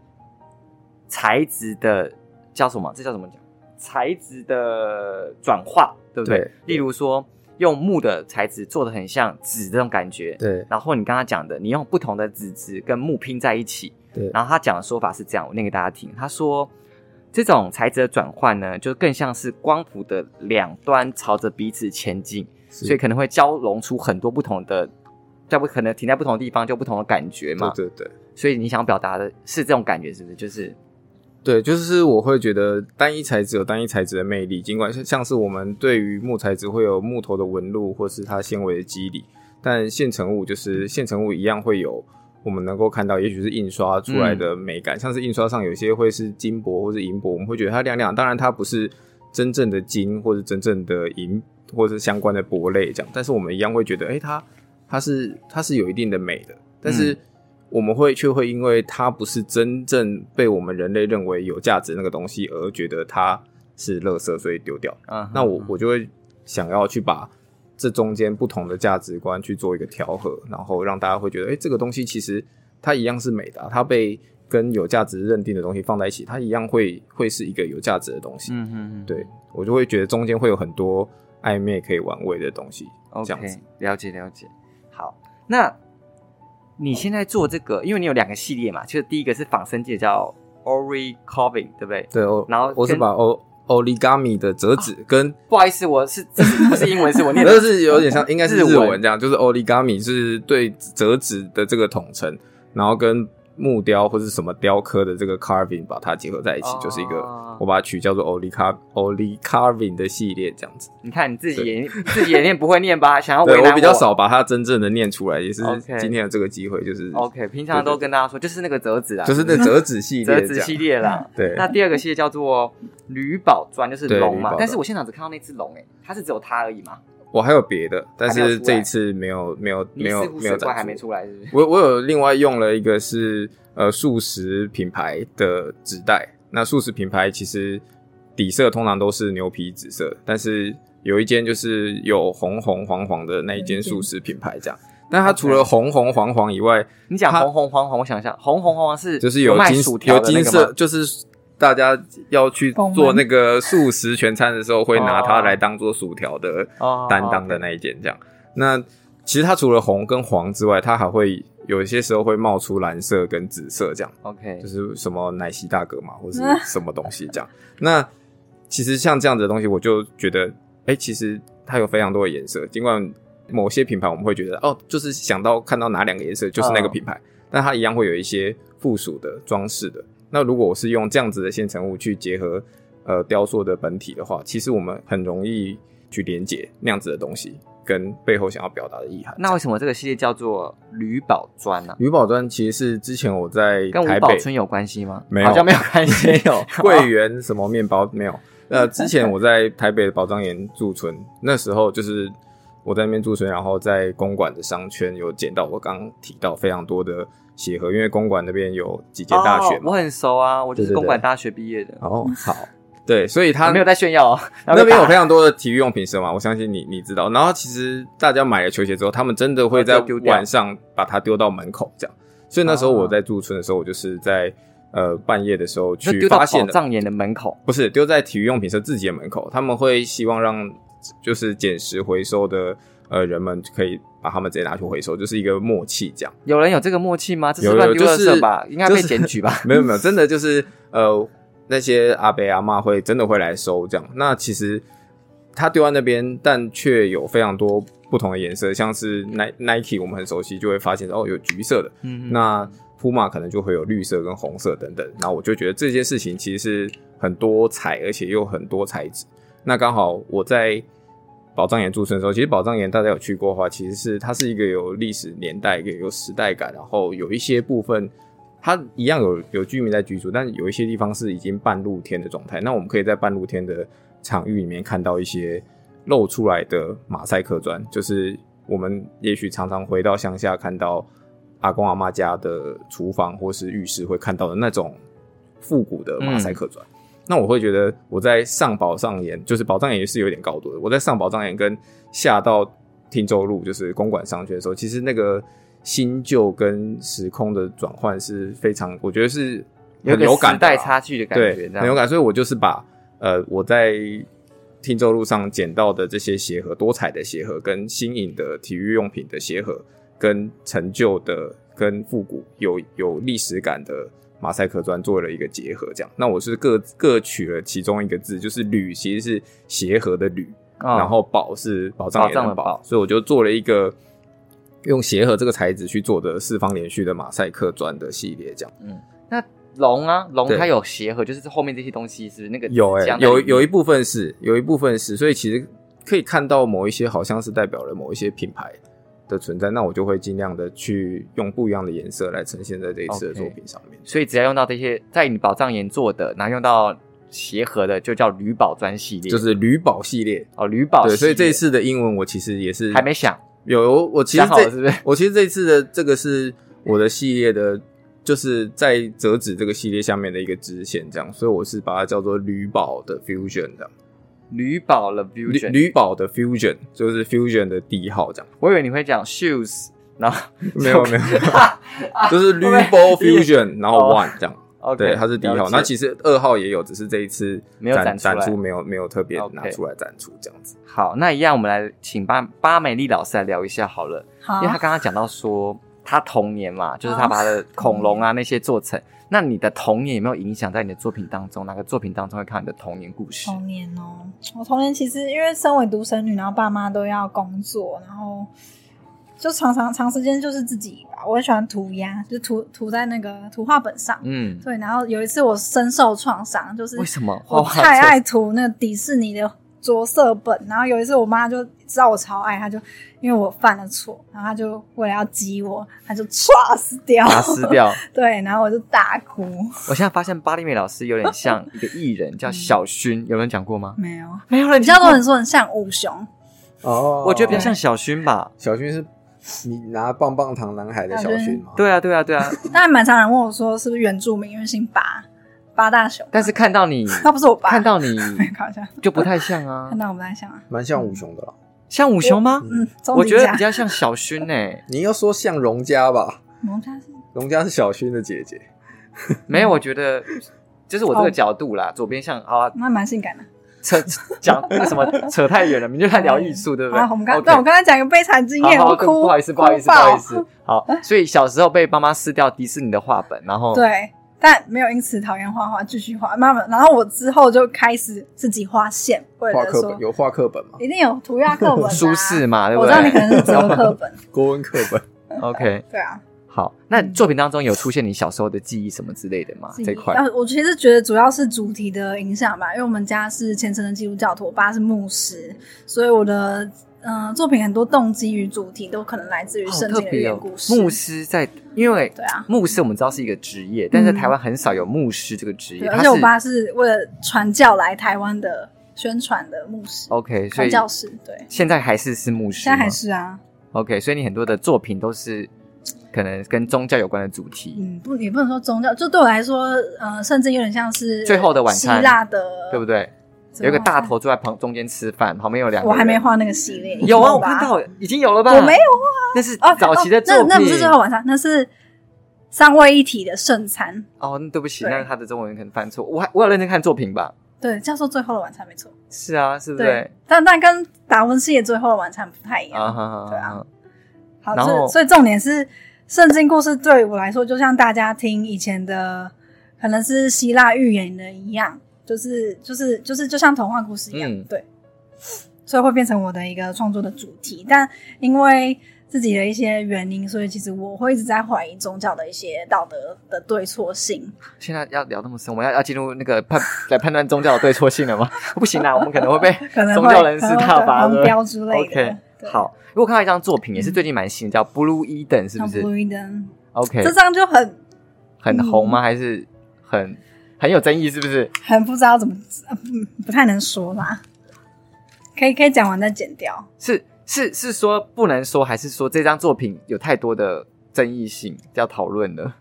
S5: 材质的，叫什么？这叫怎么讲？材质的转化，对不对？
S6: 对
S5: 例如说，用木的材质做的很像纸这种感觉，
S6: 对
S5: 然后你刚刚讲的，你用不同的纸质跟木拼在一起。
S6: 对
S5: 然后他讲的说法是这样，我念给大家听。他说，这种材质的转换呢，就更像是光谱的两端朝着彼此前进，
S6: 是
S5: 所以可能会交融出很多不同的，在不可能停在不同的地方就不同的感觉嘛。
S6: 对对对。
S5: 所以你想表达的是这种感觉，是不是？就是
S6: 对，就是我会觉得单一材质有单一材质的魅力，尽管像像是我们对于木材质会有木头的纹路或是它纤维的肌理，但现成物就是现成物一样会有我们能够看到，也许是印刷出来的美感，像是印刷上有些会是金箔或是银箔，我们会觉得它亮亮，当然它不是真正的金或是真正的银或是相关的箔类这样，但是我们一样会觉得，哎、它它是它是有一定的美的，但是。
S5: 嗯
S6: 我们会却会因为它不是真正被我们人类认为有价值那个东西，而觉得它是垃圾，所以丢掉。
S5: 嗯，
S6: 那我我就会想要去把这中间不同的价值观去做一个调和，然后让大家会觉得，哎、这个东西其实它一样是美的啊、它被跟有价值认定的东西放在一起，它一样会会是一个有价值的东西。
S5: 嗯嗯嗯，
S6: 对我就会觉得中间会有很多暧昧可以玩味的东西。这样子
S5: ，OK，了解了解。好，那你现在做这个，因为你有两个系列嘛，就是第一个是仿生界叫 Ori Carving，对不对？
S6: 对，我
S5: 然后
S6: 我是
S5: 跟啊
S6: 把 o origami 的折纸跟
S5: 不好意思，我是这是不是英文，是我 念的
S6: 那是有点像，应该是日
S5: 哦日文
S6: 文这样，就是 origami 是对折纸的这个统称，然后跟木雕或是什么雕刻的这个 carving 把它结合在一起，
S5: 哦
S6: 就是一个我把它取叫做 oricam ori carving 的系列这样子。
S5: 你看你自己也自己也念不会念吧？想要为
S6: 对
S5: 难
S6: 我比较少把它真正的念出来，也是
S5: OK
S6: 今天的这个机会，就是。
S5: OK，平常都跟大家说就是那个折子啊，
S6: 就是那折纸系 列，
S5: 折子系，列啦。
S6: 对，
S5: 那第二个系列叫做铝宝砖，就是
S6: 对
S5: 龙
S6: 铝
S5: 嘛
S6: 宝。
S5: 但是我现场只看到那只龙，哎，它是只有它而已嘛。
S6: 我还有别的，但
S5: 还没
S6: 是
S5: 有出来
S6: 这一次没有没有
S5: 你
S6: 没有
S5: 似乎
S6: 没有
S5: 水怪
S6: 展
S5: 还
S6: 出
S5: 没出来，是不是？
S6: 我我有另外用了一个是呃素食品牌的纸袋，那素食品牌其实底色通常都是牛皮紫色，但是有一间就是有红红黄黄的那一间素食品牌这样。但它除了红红黄黄以外，
S5: 你讲
S6: 它
S5: 红红黄黄，我想一下，红红黄黄是
S6: 就是有
S5: 卖
S6: 金
S5: 薯条
S6: 有
S5: 的那
S6: 金
S5: 个
S6: 色，
S5: 吗，
S6: 就是大家要去
S7: 红焖
S6: 做那个素食全餐的时候，会拿它
S5: 哦
S6: 来当做薯条的
S5: 哦
S6: 担当的那一件这样。那其实它除了红跟黄之外，它还会有一些时候会冒出蓝色跟紫色这样，
S5: 哦 OK，
S6: 就是什么奶昔大 哥嘛，或是什么东西这样。那其实像这样子的东西，我就觉得，哎、其实它有非常多的颜色，尽管某些品牌我们会觉得，哦，就是想到看到哪两个颜色就是那个
S5: 嗯
S6: 品牌，但它一样会有一些附属的装饰的。那如果我是用这样子的现成物去结合呃雕塑的本体的话，其实我们很容易去连接那样子的东西跟背后想要表达的意涵。
S5: 那为什么这个系列叫做铝宝砖呢？
S6: 吕宝砖其实是之前我在
S5: 跟
S6: 台
S5: 五
S6: 北
S5: 宝村有关系吗？
S6: 没 有
S5: 好像没有关系，
S6: 没有 桂圆什么面包没有。 呃，之前我在台北的宝藏岩驻村，那时候就是我在那边驻村，然后在公馆的商圈有捡到我刚提到非常多的鞋盒，因为公馆那边有几间大学
S5: 哦我
S6: 嘛。
S5: 很熟啊，我就
S6: 对
S5: 是
S6: 对
S5: 公馆
S6: 对
S5: 大学毕业的。
S6: 哦，好，对，所以他
S5: 我没有在炫耀哦，
S6: 那边有非常多的体育用品社嘛，我相信你你知道。然后其实大家买了球鞋之后，他们真的会在
S5: 把它哦丢掉
S6: 晚上把它丢到门口这样。所以那时候
S5: 哦
S6: 我在驻村的时候，我就是在呃半夜的时候
S5: 就
S6: 去
S5: 丢到
S6: 发
S5: 宝
S6: 现了，
S5: 藏岩的门口。
S6: 不是丢在体育用品社自己的门口，他们会希望让就是捡拾回收的呃人们可以把他们直接拿去回收，就是一个默契这样。
S5: 有人有这个默契吗？这是
S6: 有
S5: 乱
S6: 有
S5: 丢
S6: 就
S5: 垃圾
S6: 是
S5: 吧？应该被检举吧？
S6: 就是 没有没有，真的就是呃那些阿伯阿妈会真的会来收这样。那其实他丢在那边，但却有非常多不同的颜色，像是 Ni- Nike 我们很熟悉，就会发现哦有橘色的，
S5: 嗯，
S6: 那铺马可能就会有绿色跟红色等等。然后我就觉得这件事情其实是很多彩，而且又很多材质。那刚好我在宝藏岩驻村的时候，其实宝藏岩大家有去过的话，其实是它是一个有历史年代、一个有时代感，然后有一些部分它一样有有居民在居住，但有一些地方是已经半露天的状态。那我们可以在半露天的场域里面看到一些露出来的马赛克砖，就是我们也许常常回到乡下看到阿公阿妈家的厨房或是浴室会看到的那种复古的马赛克砖。那我会觉得我在上宝藏岩，就是宝藏岩也是有点高度的。我在上宝藏岩跟下到汀州路，就是公馆商圈的时候，其实那个新旧跟时空的转换是非常，我觉得是
S5: 有
S6: 很
S5: 个
S6: 有感
S5: 时代
S6: 的啊
S5: 差距的感觉，
S6: 对，
S5: 这
S6: 很
S5: 样。
S6: 有感。所以我就是把呃我在汀州路上捡到的这些鞋盒、多彩的鞋盒、跟新颖的体育用品的鞋盒、跟陈旧的、跟复古有有历史感的马赛克砖做了一个结合，这样。那我是各各取了其中一个字，就是“铝”，其实是鞋盒的“铝”。
S5: 嗯
S6: 然后宝是宝藏岩
S5: 宝藏
S6: 的
S5: 的
S6: 宝
S5: 宝，
S6: 所以我就做了一个用鞋盒这个材质去做的四方连续的马赛克砖的系列，这样
S5: 那龙啊，龙
S6: 对
S5: 它有鞋盒，就是后面这些东西是不是那 个
S6: 有哎、
S5: 哎、
S6: 有有一部分是有一部分是，所以其实可以看到某一些好像是代表了某一些品牌的存在，那我就会尽量的去用不一样的颜色来呈现在这一次的
S5: OK
S6: 作品上面。
S5: 所以只要用到这些，在你宝藏岩做的，然后用到鞋盒的，就叫铝宝砖系列，
S6: 就是铝宝系列，
S5: 哦铝宝系
S6: 对，
S5: 列。
S6: 所以这一次的英文我其实也是
S5: 还没想，
S6: 有，我其实
S5: 想好
S6: 这
S5: 了是不 是
S6: 我其实这次的这个是我的系列的，就是在折纸这个系列下面的一个支线，这样，所以我是把它叫做铝宝的 fusion 的，
S5: 铝宝了
S6: 铝
S5: fusion。
S6: 铝宝的 fusion 就是 fusion 的第一号这样。
S5: 我以为你会讲 shoes，然后
S6: 没有 没有， 就是
S5: 会不会
S6: Lubo Fusion，然后
S5: 哦
S6: One 这样。
S5: OK，
S6: 对，它是第一
S5: 了
S6: 号。
S5: 解
S6: 那其实二号也有，只是这一次
S5: 没有
S6: 展
S5: 展出来
S6: 出，没有没有特别
S5: OK
S6: 拿出来展出这样子。
S5: 好，那一样我们来请巴巴美丽老师来聊一下好了，
S7: 好啊
S5: 因为，他刚刚讲到说他童年嘛，就是他把他的恐龙啊那些做成。那你的童年有没有影响在你的作品当中？哪个作品当中会看到你的童年故事？
S7: 童年哦，我童年其实因为身为独生女，然后爸妈都要工作，然后就常常长时间就是自己吧。我很喜欢涂鸦，就涂涂在那个图画本上。
S5: 嗯，
S7: 对，然后有一次我深受创伤，就是
S5: 为什么画
S7: 我
S5: 画
S7: 太爱涂那迪士尼的着色本，然后有一次我妈就知道我超爱，她就因为我犯了错，然后她就为了要激我，她就唰死掉，
S5: 打撕掉？
S7: 对，然后我就大哭，
S5: 我现在发现巴丽美老师有点像一个艺人，叫小勋，有人讲过吗？
S7: 没有，
S5: 没有人
S7: 比较多人说很像五熊，
S6: 哦
S5: 我觉得比较像小勋吧。
S6: 小薰是，你拿棒棒糖男孩的小薰吗？
S5: 对啊，对啊，对啊。
S7: 但蛮常人问我说是不是原住民，因为姓八，八大熊，
S5: 但是看到你，
S7: 他不是我爸，
S5: 看到你
S7: 没有开玩笑，
S5: 就不太像啊
S7: 看，到我不太像啊，
S6: 蛮像武雄的啦。
S5: 像五熊吗？
S7: 嗯，终
S5: 我
S7: 极
S5: 觉得
S7: 家
S5: 比较像小勋欸 诶。
S6: 你要说像荣家吧，
S7: 我们家是
S6: 荣家是小薰的姐姐。
S5: 没有，我觉得就是
S7: 哦
S5: 我这个角度啦，左边像啊，
S7: 那蛮性感的。
S5: 扯 讲那个什么扯太远了，明就在聊艺术，对不对
S7: 啊，我们刚，
S5: OK
S7: 对我刚才讲一个悲惨经验，
S5: 好好
S7: 我
S5: 对
S7: 哭，
S5: 不好意思，不好意思，不
S7: 哭爆
S5: 好意思。好，所以小时候被妈妈撕掉迪士尼的画本，然后
S7: 对，但没有因此讨厌画画，继续画。慢慢，然后我之后就开始自己画线，为
S6: 画
S7: 了
S6: 课
S7: 说
S6: 本有画课本吗？
S7: 一定有涂鸦课本、啊、
S5: 舒适嘛，对不
S7: 我知
S5: 对？
S7: 道你可能是折课 本，
S6: 国文课本
S5: OK，
S7: 对啊。
S5: 好，那作品当中有出现你小时候的记忆什么之类的吗？这块
S7: 然后我其实觉得主要是主题的影响吧，因为我们家是虔诚的基督教徒，我爸是牧师，所以我的嗯、呃作品很多动机与主题都可能来自于
S5: 好
S7: 圣
S5: 特
S7: 经的寓
S5: 别
S7: 言
S5: 哦
S7: 故，事。
S5: 牧师在，因为
S7: 对啊
S5: 牧师我们知道是一个职业，但是
S7: 嗯
S5: 在台湾很少有牧师这个职业，
S7: 对，
S5: 他
S7: 而且我爸是为了传教来台湾的宣传的牧师，
S5: OK，所哦
S7: 传
S5: 以
S7: 教士，对，
S5: 现在还是是牧师
S7: 现
S5: 吗，
S7: 在还是啊。
S5: OK，所以你很多的作品都是可能跟宗教有关的主题，
S7: 嗯，不，也不能说宗教，就对我来说，呃，甚至有点像是
S5: 最后的晚餐
S7: 希腊的，
S5: 对不？对？有一个大，头坐在旁中间吃饭，旁边有两个
S7: 我还没
S5: 人。
S7: 画那个系列，
S5: 有啊，我
S7: 吧
S5: 看到已经有了吧？
S7: 我没有
S5: 那是
S7: 哦，
S5: 早期的作
S7: 哦
S5: 品。
S7: 那那不是最后晚餐，那是三位一体的圣餐，
S5: 哦，那对不起，
S7: 对
S5: 那他的中文可能犯错。我还我有认真看作品吧？
S7: 对，叫做最后的晚餐，没错，
S5: 是啊，是不
S7: 对，
S5: 是？
S7: 但但跟达文西的最后的晚餐不太一样，
S5: 啊哈，
S7: 对啊
S5: 哈
S7: 好，
S5: 然
S7: 这
S5: 后
S7: 所以重点是圣经故事对我来说，就像大家听以前的可能是希腊寓言的一样，就是就是就是就像童话故事一样，
S5: 嗯
S7: 对，所以会变成我的一个创作的主题。但因为自己的一些原因，所以其实我会一直在怀疑宗教的一些道德的对错性。
S5: 现在要聊那么深，我们要要进入那个判来判断宗教的对错性了吗？ 不行啦，我们可能 会被
S7: 可能会
S5: 宗教人士踏伐
S7: 可能会
S5: 的
S7: 黄标之类的
S5: OK，
S7: 对
S5: 好，因为我看到一张作品，也是最近蛮新，叫《Blue Eden》，是
S7: 那
S5: 不是
S7: Blue Eden
S5: ？OK，
S7: 这张嗯就很
S5: 很红吗？还是很很有争议？是不是？
S7: 很不知道怎么，嗯不太能说啦。可以可以讲完再剪掉。
S5: 是是是说不能说，还是说这张作品有太多的争议性要讨论了？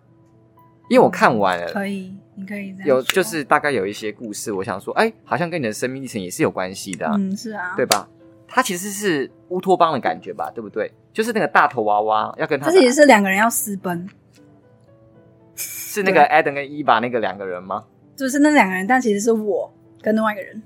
S5: 因为我看完了，
S7: 嗯可以，你可以这样
S5: 呃有
S7: 说
S5: 就是大概有一些故事，我想说，哎，好像跟你的生命历程也是有关系的、啊，
S7: 嗯，是啊，
S5: 对，吧？它其实是乌托邦的感觉吧，对不对？就是那个大头娃娃要跟他
S7: 这其实是两个人要私奔，
S5: 是那个 Adam 跟伊 v 那个两个人吗？
S7: 就是那两个人，但其实是我跟另外一 个人，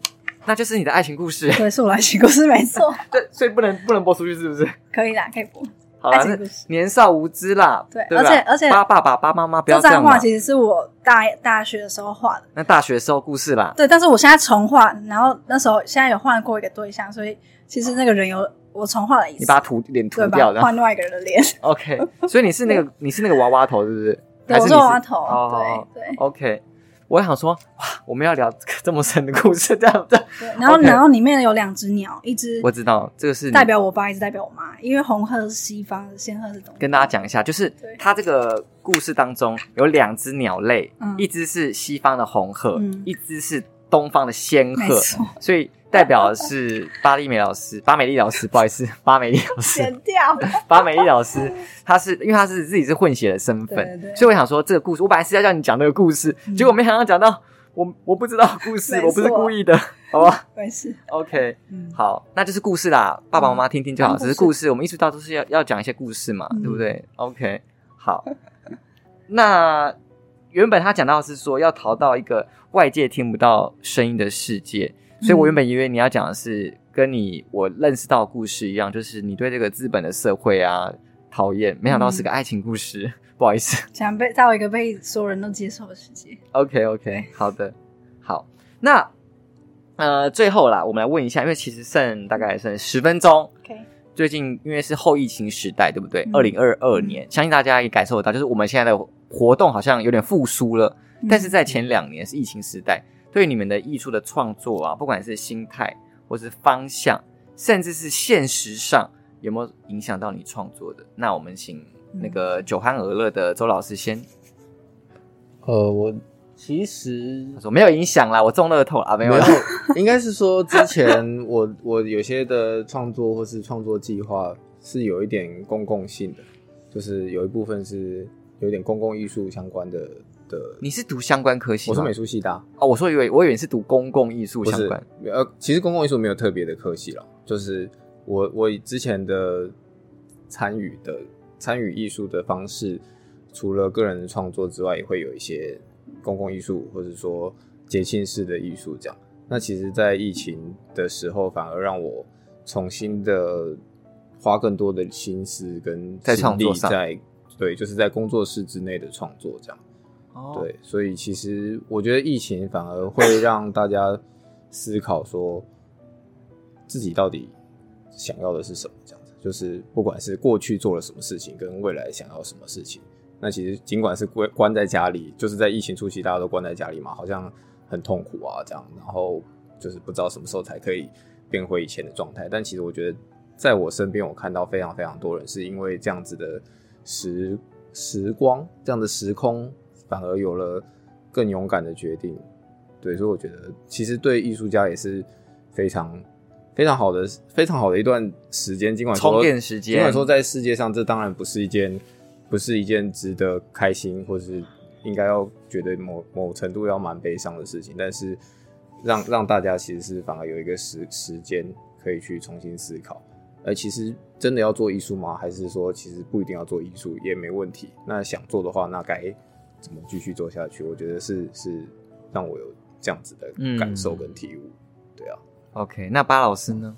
S5: 那就是你的爱情故 事，
S7: 对，是我来写故事，没 错，
S5: 对，所以不能不能播出去，是不 是？
S7: 可以啦，可以播。
S5: 好啦，
S7: 爱情
S5: 那
S7: 故事
S5: 年少无知啦，
S7: 对
S5: 吧
S7: 而且而且
S5: 巴爸爸、巴妈妈不要
S7: 这
S5: 这
S7: 张
S5: 样
S7: 画
S5: 嘛。
S7: 其实是我大大学的时候画的，
S5: 那大学时候故事啦，
S7: 对，但是我现在重画，然后那时候现在有换过一个对象，所以其实那个人有我重画了一
S5: 你
S7: 次，
S5: 把它涂脸涂
S7: 对吧
S5: 掉，？然后
S7: 换另外一个人的脸，
S5: OK，所以你是那个你是那个娃娃头是不是？
S7: 对，
S5: 还
S7: 我
S5: 是
S7: 是
S5: 你
S7: 娃娃头，
S5: 哦
S7: 对对
S5: OK，我想说哇，我们要聊这个这么深的故事，这样的。
S7: 对，然后
S5: OK
S7: 然后里面有两只鸟，一只
S5: 我知道这个是你
S7: 代表我爸，一只代表我妈，因为红鹤是西方的，仙鹤是东方。
S5: 跟大家讲一下，就是
S7: 对
S5: 它这个故事当中有两只鸟类，
S7: 嗯
S5: 一只是西方的红鹤，
S7: 嗯
S5: 一只是东方的仙
S7: 没
S5: 鹤，
S7: 错，
S5: 所以代表的是巴利美老师， 巴美丽老师，不好意思，巴美丽老师，
S7: 剪 掉。
S5: 巴美丽老师，她是因为她是自己是混血的身份，
S7: 对对
S5: 所以我想说这个故事，我本来是要叫你讲这个故事，
S7: 嗯
S5: 结果没想到讲到我我不知道故事
S7: 没，错
S5: 我不是故意的，好吧
S7: 没事，
S5: ？OK，
S7: 嗯，
S5: 好，那就是故事啦，爸爸妈妈听听就好，
S7: 嗯
S5: 只是故事，我们一直到都是要要讲一些故事嘛，
S7: 嗯
S5: 对不对？OK，好，那原本他讲到的是说要逃到一个外界听不到声音的世界，所以我原
S7: 嗯
S5: 本以为你要讲的是跟你我认识到的故事一样，就是你对这个资本的社会啊讨厌，没想到是
S7: 嗯
S5: 个爱情故事，不好意思。
S7: 想被到一个被所有人都接受的世界。
S5: OK OK，好的，好，那呃最后啦，我们来问一下，因为其实剩大概剩十分钟。
S7: OK，
S5: 最近因为是后疫情时代，对不对？
S7: 嗯
S5: 二零二二年，相信大家也感受得到，就是我们现在的活动好像有点复苏了，
S7: 嗯
S5: 但是在前两年是疫情时代，对你们的艺术的创作啊，不管是心态或是方向，甚至是现实上有没有影响到你创作的？那我们请那个
S7: 嗯
S5: 酒酣耳乐的周老师先，
S6: 呃，我其实
S5: 他说没有影响啦，我中乐透啊，没
S6: 没
S5: 有
S6: 有
S5: 啦，，
S6: 应该是说之前我 我有些的创作或是创作计划是有一点公共性的，就是有一部分是有点公共艺术相关的的。
S5: 你是读相关科系
S6: 我
S5: 吗？
S6: 是美术系的啊、
S5: 哦，我说以为我以为你是读公共艺术
S6: 不
S5: 相
S6: 是
S5: 关，
S6: 呃，其实公共艺术没有特别的科系了，就是我我之前的参与的参与艺术的方式，除了个人的创作之外，也会有一些公共艺术或者说节庆式的艺术这样。那其实，在疫情的时候，反而让我重新的花更多的心思跟
S5: 在
S6: 心
S5: 创作
S6: 力
S5: 上
S6: 在对，就是在工作室之内的创作这样。
S5: 哦，
S6: 对，所以其实我觉得疫情反而会让大家思考说，自己到底想要的是什么，这样子，就是不管是过去做了什么事情，跟未来想要什么事情。那其实尽管是关关在家里，就是在疫情初期大家都关在家里嘛，好像很痛苦啊，这样，然后就是不知道什么时候才可以变回以前的状态。但其实我觉得，在我身边，我看到非常非常多人是因为这样子的时时光，这样的时空，反而有了更勇敢的决定。对，所以我觉得其实对艺术家也是非常非常好的非常好的一段时间，尽管说
S5: 充电时间
S6: 尽管说在世界上，这当然不是一件不是一件值得开心，或是应该要觉得某某程度要蛮悲伤的事情，但是让让大家其实是反而有一个时时间可以去重新思考。呃，其实真的要做艺术吗？还是说其实不一定要做艺术也没问题？那想做的话，那该怎么继续做下去？我觉得是是让我有这样子的感受跟体悟。对啊，
S5: OK，那巴老师呢？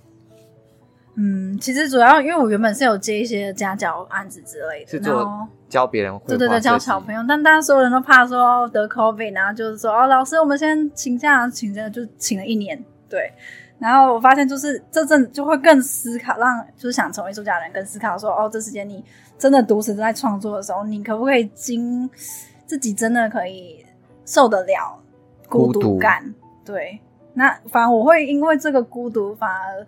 S7: 嗯，其实主要因为我原本是有接一些家教案子之类的，
S5: 是
S7: 然
S5: 做
S7: 后
S5: 教别人绘画
S7: 对对对，教
S5: 设计
S7: 小朋友，但大家所有人都怕说哦得 COVID，然后就是说哦，老师，我们先请假，请假就请了一年，对。然后我发现，就是这阵就会更思考，让就是想成为艺术家的人更思考说，哦，这时间你真的独自在创作的时候，你可不可以经自己真的可以受得了孤
S6: 孤独
S7: 独感？对，那反而我会因为这个孤独，反而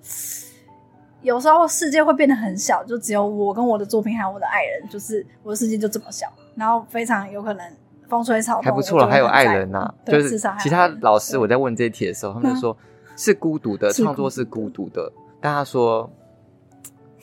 S7: 有时候世界会变得很小，就只有我跟我的作品，还有我的爱人，就是我的世界就这么小，然后非常有可能风吹草动，
S5: 还不错了，啊
S7: 我就会
S5: 还有
S7: 很
S5: 爱
S7: 在
S5: 人呐、
S7: 对
S5: 就是
S7: 至少还有
S5: 其他
S7: 爱人
S5: 老师
S7: 对
S5: 我在问这一题的时候，他们就说是孤独的，
S7: 是孤独
S5: 创作是孤独的，但他说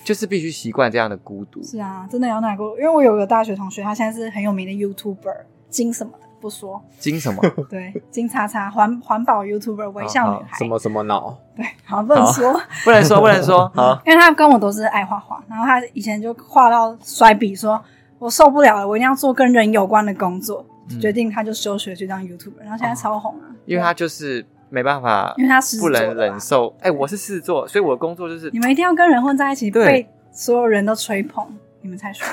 S5: 就是必须习惯这样的孤独。
S7: 是啊，真的有难过，因为我有个大学同学，他现在是很有名的 YouTuber，金什么的不说，
S5: 金 什么？
S7: 对，金叉叉环环保 YouTuber 微笑女孩，
S6: 什么什么脑，
S7: 对，好不能说，
S5: 不能说，不能说。好，
S7: 因为他跟我都是爱画画，然后他以前就画到摔笔说。我受不了了，我一定要做跟人有关的工作，
S5: 嗯哦
S7: 决定他就休学去当 YouTuber，然后现在超红啊，
S5: 因为他就是没办法，
S7: 因为他狮子
S5: 不
S7: 座的
S5: 能
S7: 吧
S5: 忍受。哎，我是狮子座，所以我的工作就是
S7: 你们一定要跟人混在一起，
S5: 对
S7: 被所有人都吹捧，你们 才爽，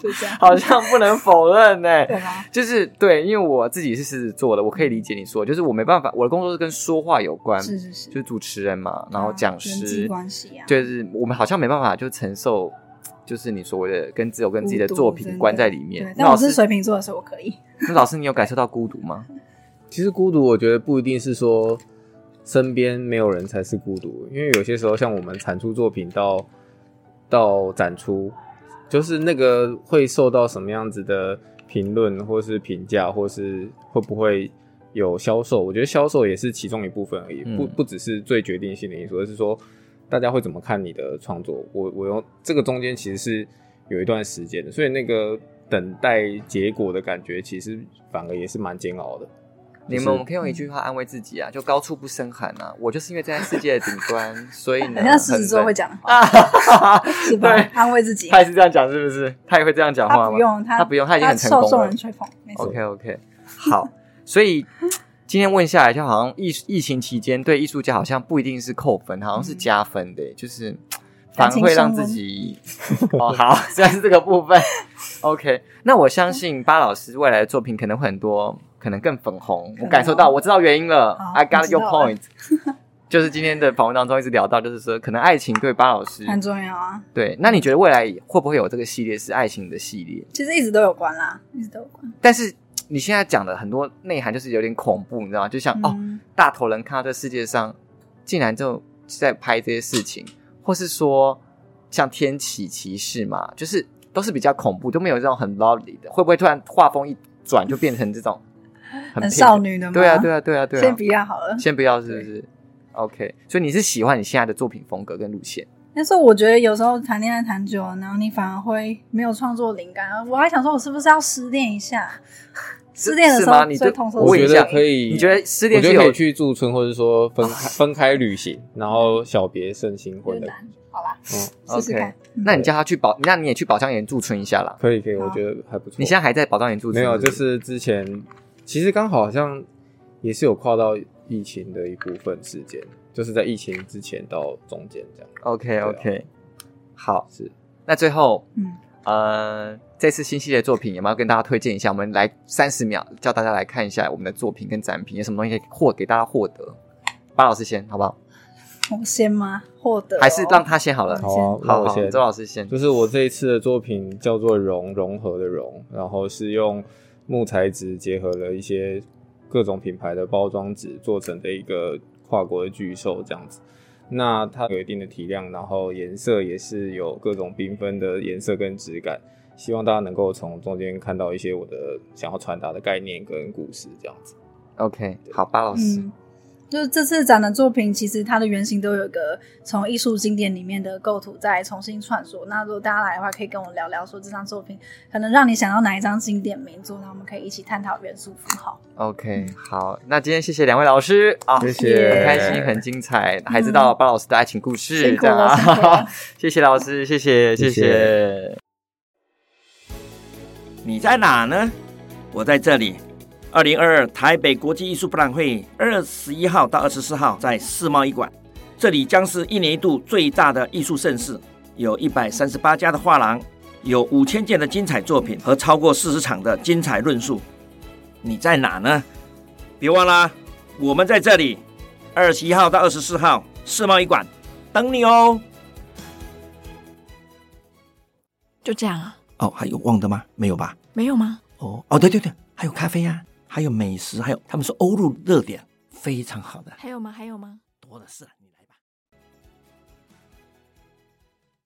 S7: 就这样，
S5: 好像不能否认哎、
S7: 对吧？
S5: 就是对，因为我自己是狮子座的，我可以理解你说，就是我没办法，我的工作是跟说话有关，
S7: 是是是
S5: 嗯就，是主持人嘛，然后
S7: 啊
S5: 讲
S7: 人
S5: 师
S7: 际，关系啊，
S5: 就是我们好像没办法就承受，就是你所谓的跟只有跟自己的
S7: 孤独
S5: 作
S7: 真
S5: 品
S7: 的
S5: 关在里面
S7: 对。，
S5: 那
S7: 但
S5: 老
S7: 我是
S5: 师，
S7: 水瓶座的时候，我可以。
S5: 那老师，你有感受到孤独吗？
S6: 其实孤独，我觉得不一定是说身边没有人才是孤独，因为有些时候像我们产出作品到到展出，就是那个会受到什么样子的评论或是评价，或是会不会有销售？我觉得销售也是其中一部分而已，
S5: 嗯
S6: 不不只是最决定性的因素，而是说大家会怎么看你的创作。我我用这个中间其实是有一段时间的，所以那个等待结果的感觉，其实反而也是蛮煎熬的。
S5: 你们我们可以用一句话安慰自己啊，就高处不胜寒啊。我就是因为站在世界的顶端，所 以呢，
S7: 人家狮子座会讲的话，
S5: 啊，
S7: 是吧
S5: 对？
S7: 安慰自己
S5: 他，也是这样讲，是不是？他也会这样讲话
S7: 他
S5: 吗
S7: 不？用，他
S5: 他不用他已经很成功了哦
S7: 受众人吹捧，没错。
S5: OK OK，好，所以今天问下来，就好像疫疫情期间对艺术家好像不一定是扣分，好像
S7: 嗯
S5: 是加分的耶，就是反而会让自己哦好， 虽然是这个部分 OK。那我相信巴老师未来的作品可能会很多，可能更粉红，我
S7: 能哦
S5: 感受到，我知道原因了
S7: 好
S5: ，I got
S7: 我知道
S5: your
S7: 了
S5: point。就是今天的访问当中一直聊到，就是说可能爱情对巴老师
S7: 很重要啊，
S5: 对，那你觉得未来会不会有这个系列是爱情的系列？
S7: 其实一直都有关啦，一直都有关。
S5: 但是你现在讲的很多内涵就是有点恐怖，你知道吗？就像、哦，
S7: 嗯，
S5: 大头人看到这世界上竟然就在拍这些事情，或是说像天启骑士嘛，就是都是比较恐怖，都没有这种很 lovely 的。会不会突然画风一转就变成这种很
S7: 很
S5: pink
S7: 少女的吗
S5: 对啊，对啊，对啊，对啊。
S7: 先不要好了。
S5: 先不要，是不是？OK，所以你是喜欢你现在的作品风格跟路线？
S7: 但是我觉得有时候谈恋爱谈久了，然后你反而会没有创作灵感。我还想说，我是不是要失恋一下？失恋的
S5: 是
S7: 时
S5: 吗
S7: 候
S5: 你
S7: 最
S5: 就
S7: 痛彻
S5: 我
S6: 我
S5: 也
S6: 觉
S7: 心
S5: 想
S6: 得
S7: 扉。
S6: 可以，
S5: 你觉得失
S6: 我
S5: 恋
S6: 觉
S5: 是
S6: 得可
S5: 有啊
S6: 以去驻村，或者说分开分开旅行，然后小别胜新
S7: 有
S6: 婚
S7: 点
S6: 的。
S7: 难，好啦，
S6: 嗯，
S7: 试试
S5: OK
S7: 看。嗯
S5: 那你叫他去保，那你也去宝藏岩驻村一下啦。
S6: 可以可以，
S7: 好
S6: 我觉得还不错。
S5: 你现在还在宝藏岩驻
S6: 没
S5: 村？
S6: 有？
S5: 不
S6: 就是之前其实刚好好像也是有跨到疫情的一部分时间，就是在疫情之前到中间这样。
S5: OK
S6: 啊
S5: OK，、好，
S6: 是
S5: 那最后，
S7: 嗯，
S5: 呃，这次新系列作品有没有跟大家推荐一下？我们来三十秒，叫大家来看一下我们的作品跟展品有什么东西可以获给大家获得。巴老师先好不好？
S7: 我先吗？获得哦
S5: 还是让他先好了？
S6: 好啊，那
S5: 好
S6: 我
S5: 好，
S6: 先
S5: 周老师先。
S6: 就是我这一次的作品叫做“融”，融合的“融”，然后是用木材质结合了一些各种品牌的包装纸做成的一个跨国的巨兽这样子。那它有一定的体量，然后颜色也是有各种缤纷的颜色跟质感。希望大家能够从中间看到一些我的想要传达的概念跟故事，这样子。
S5: OK，好，巴老师，
S7: 嗯，就是这次展的作品，其实它的原型都有一个从艺术经典里面的构图再重新创作。那如果大家来的话，可以跟我聊聊说这张作品可能让你想到哪一张经典名作，那我们可以一起探讨元素符号。
S5: OK，好，那今天谢谢两位老师啊，
S6: 谢谢
S5: 很开心，很精彩，还知道巴老师的爱情故事，
S7: 嗯辛苦
S5: 这样
S7: 了辛苦
S5: 啊
S7: 了，
S5: 谢谢老师，谢谢，谢
S6: 谢
S5: 谢。
S1: 你在哪呢？我在这里。二零二二台北国际艺术博览会二十一号到二十四号在世贸一馆，这里将是一年一度最大的艺术盛事，有一百三十八家的画廊，有五千件的精彩作品和超过四十场的精彩论述。你在哪呢？别忘了啊，我们在这里。二十一号到二十四号世贸一馆等你哦。
S4: 就这样啊？
S1: 哦，还有忘的吗？没有吧？
S4: 没有吗？
S1: 哦哦，对对对，还有咖啡啊，还有美食，还有他们说欧陆热点，非常好的，
S4: 还有吗？还有吗？
S1: 多的是啊。你